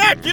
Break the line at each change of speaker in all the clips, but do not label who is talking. é que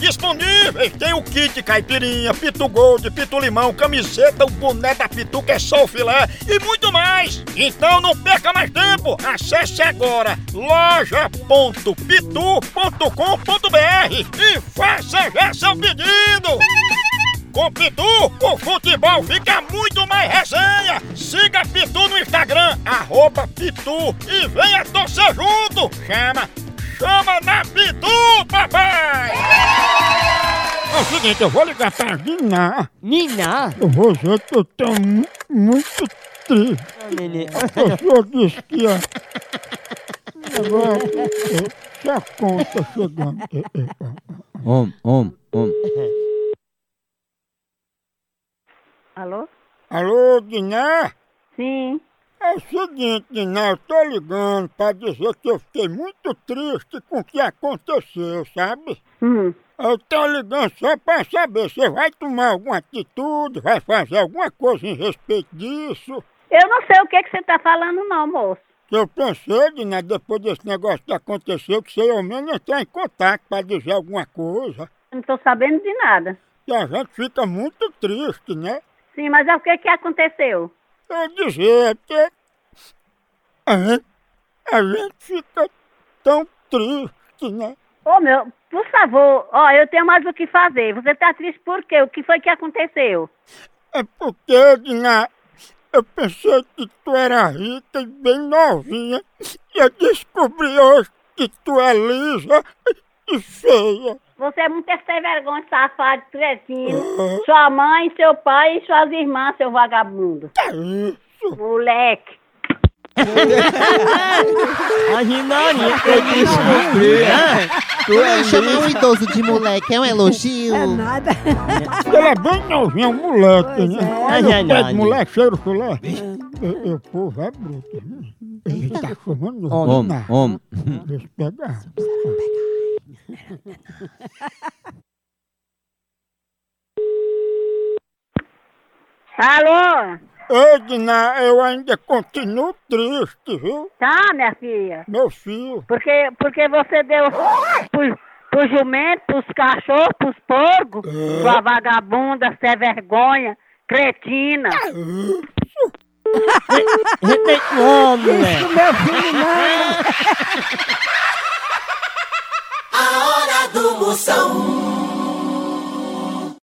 disponíveis. Tem o kit caipirinha, Pitu Gold, Pitu Limão, camiseta, o boné da Pitu que é só o filé e muito mais. Então não perca mais tempo. Acesse agora loja.pitu.com.br e faça já seu pedido. Com Pitu, o futebol fica muito mais resenha. Siga Pitu no Instagram, arroba Pitu e venha torcer junto. Chama, chama na Pitu, papai! É o seguinte, eu vou ligar pra Guiná.
Nina!
Eu vou dizer que eu tô mu- muito triste.
Nenê.
O senhor disse que ia... Agora, eh, se a conta chegando... eh, eh, eh.
Om, om, om.
Alô?
Alô, Guiná?
Sim.
É o seguinte, Diná, eu tô ligando pra dizer que eu fiquei muito triste com o que aconteceu, sabe?
Hum.
Eu tô ligando só pra saber se vai tomar alguma atitude, vai fazer alguma coisa em respeito disso.
Eu não sei o que, que você tá falando não, moço.
Que eu pensei, Diná, depois desse negócio que aconteceu, que você ao menos entrar em contato pra dizer alguma coisa.
Eu não tô sabendo de nada.
Que a gente fica muito triste, né?
Sim, mas é o que que aconteceu?
Eu dizer, porque a gente, a gente fica tão triste, né?
Ô, meu, por favor, ó, eu tenho mais o que fazer. Você tá triste por quê? O que foi que aconteceu?
É porque, Dina, eu pensei que tu era rica e bem novinha. E eu descobri hoje que tu é lisa e feia.
Você é muito sem vergonha, safado, cretino. Sua mãe, seu pai e suas irmãs, seu vagabundo.
É isso.
Moleque.
A
É
É. Ninarinha.
Não chamar um idoso de moleque é um elogio.
Ela é bem novinha, um moleque, né?
é.
Aí
É
eu
verdade.
pego mulher, cheiro filé. Eu, eu povo é bruto. né? Ele tá chamando
Om, om.
Deixa eu pegar.
Alô?
Ei, Dina, eu ainda continuo triste, viu?
Tá, minha filha?
Meu filho.
Porque, porque você deu pro, pro jumento, pros cachorros, pros porcos, sua vagabunda, sem vergonha, cretina.
Respeita o homem, né?
A hora do Moção.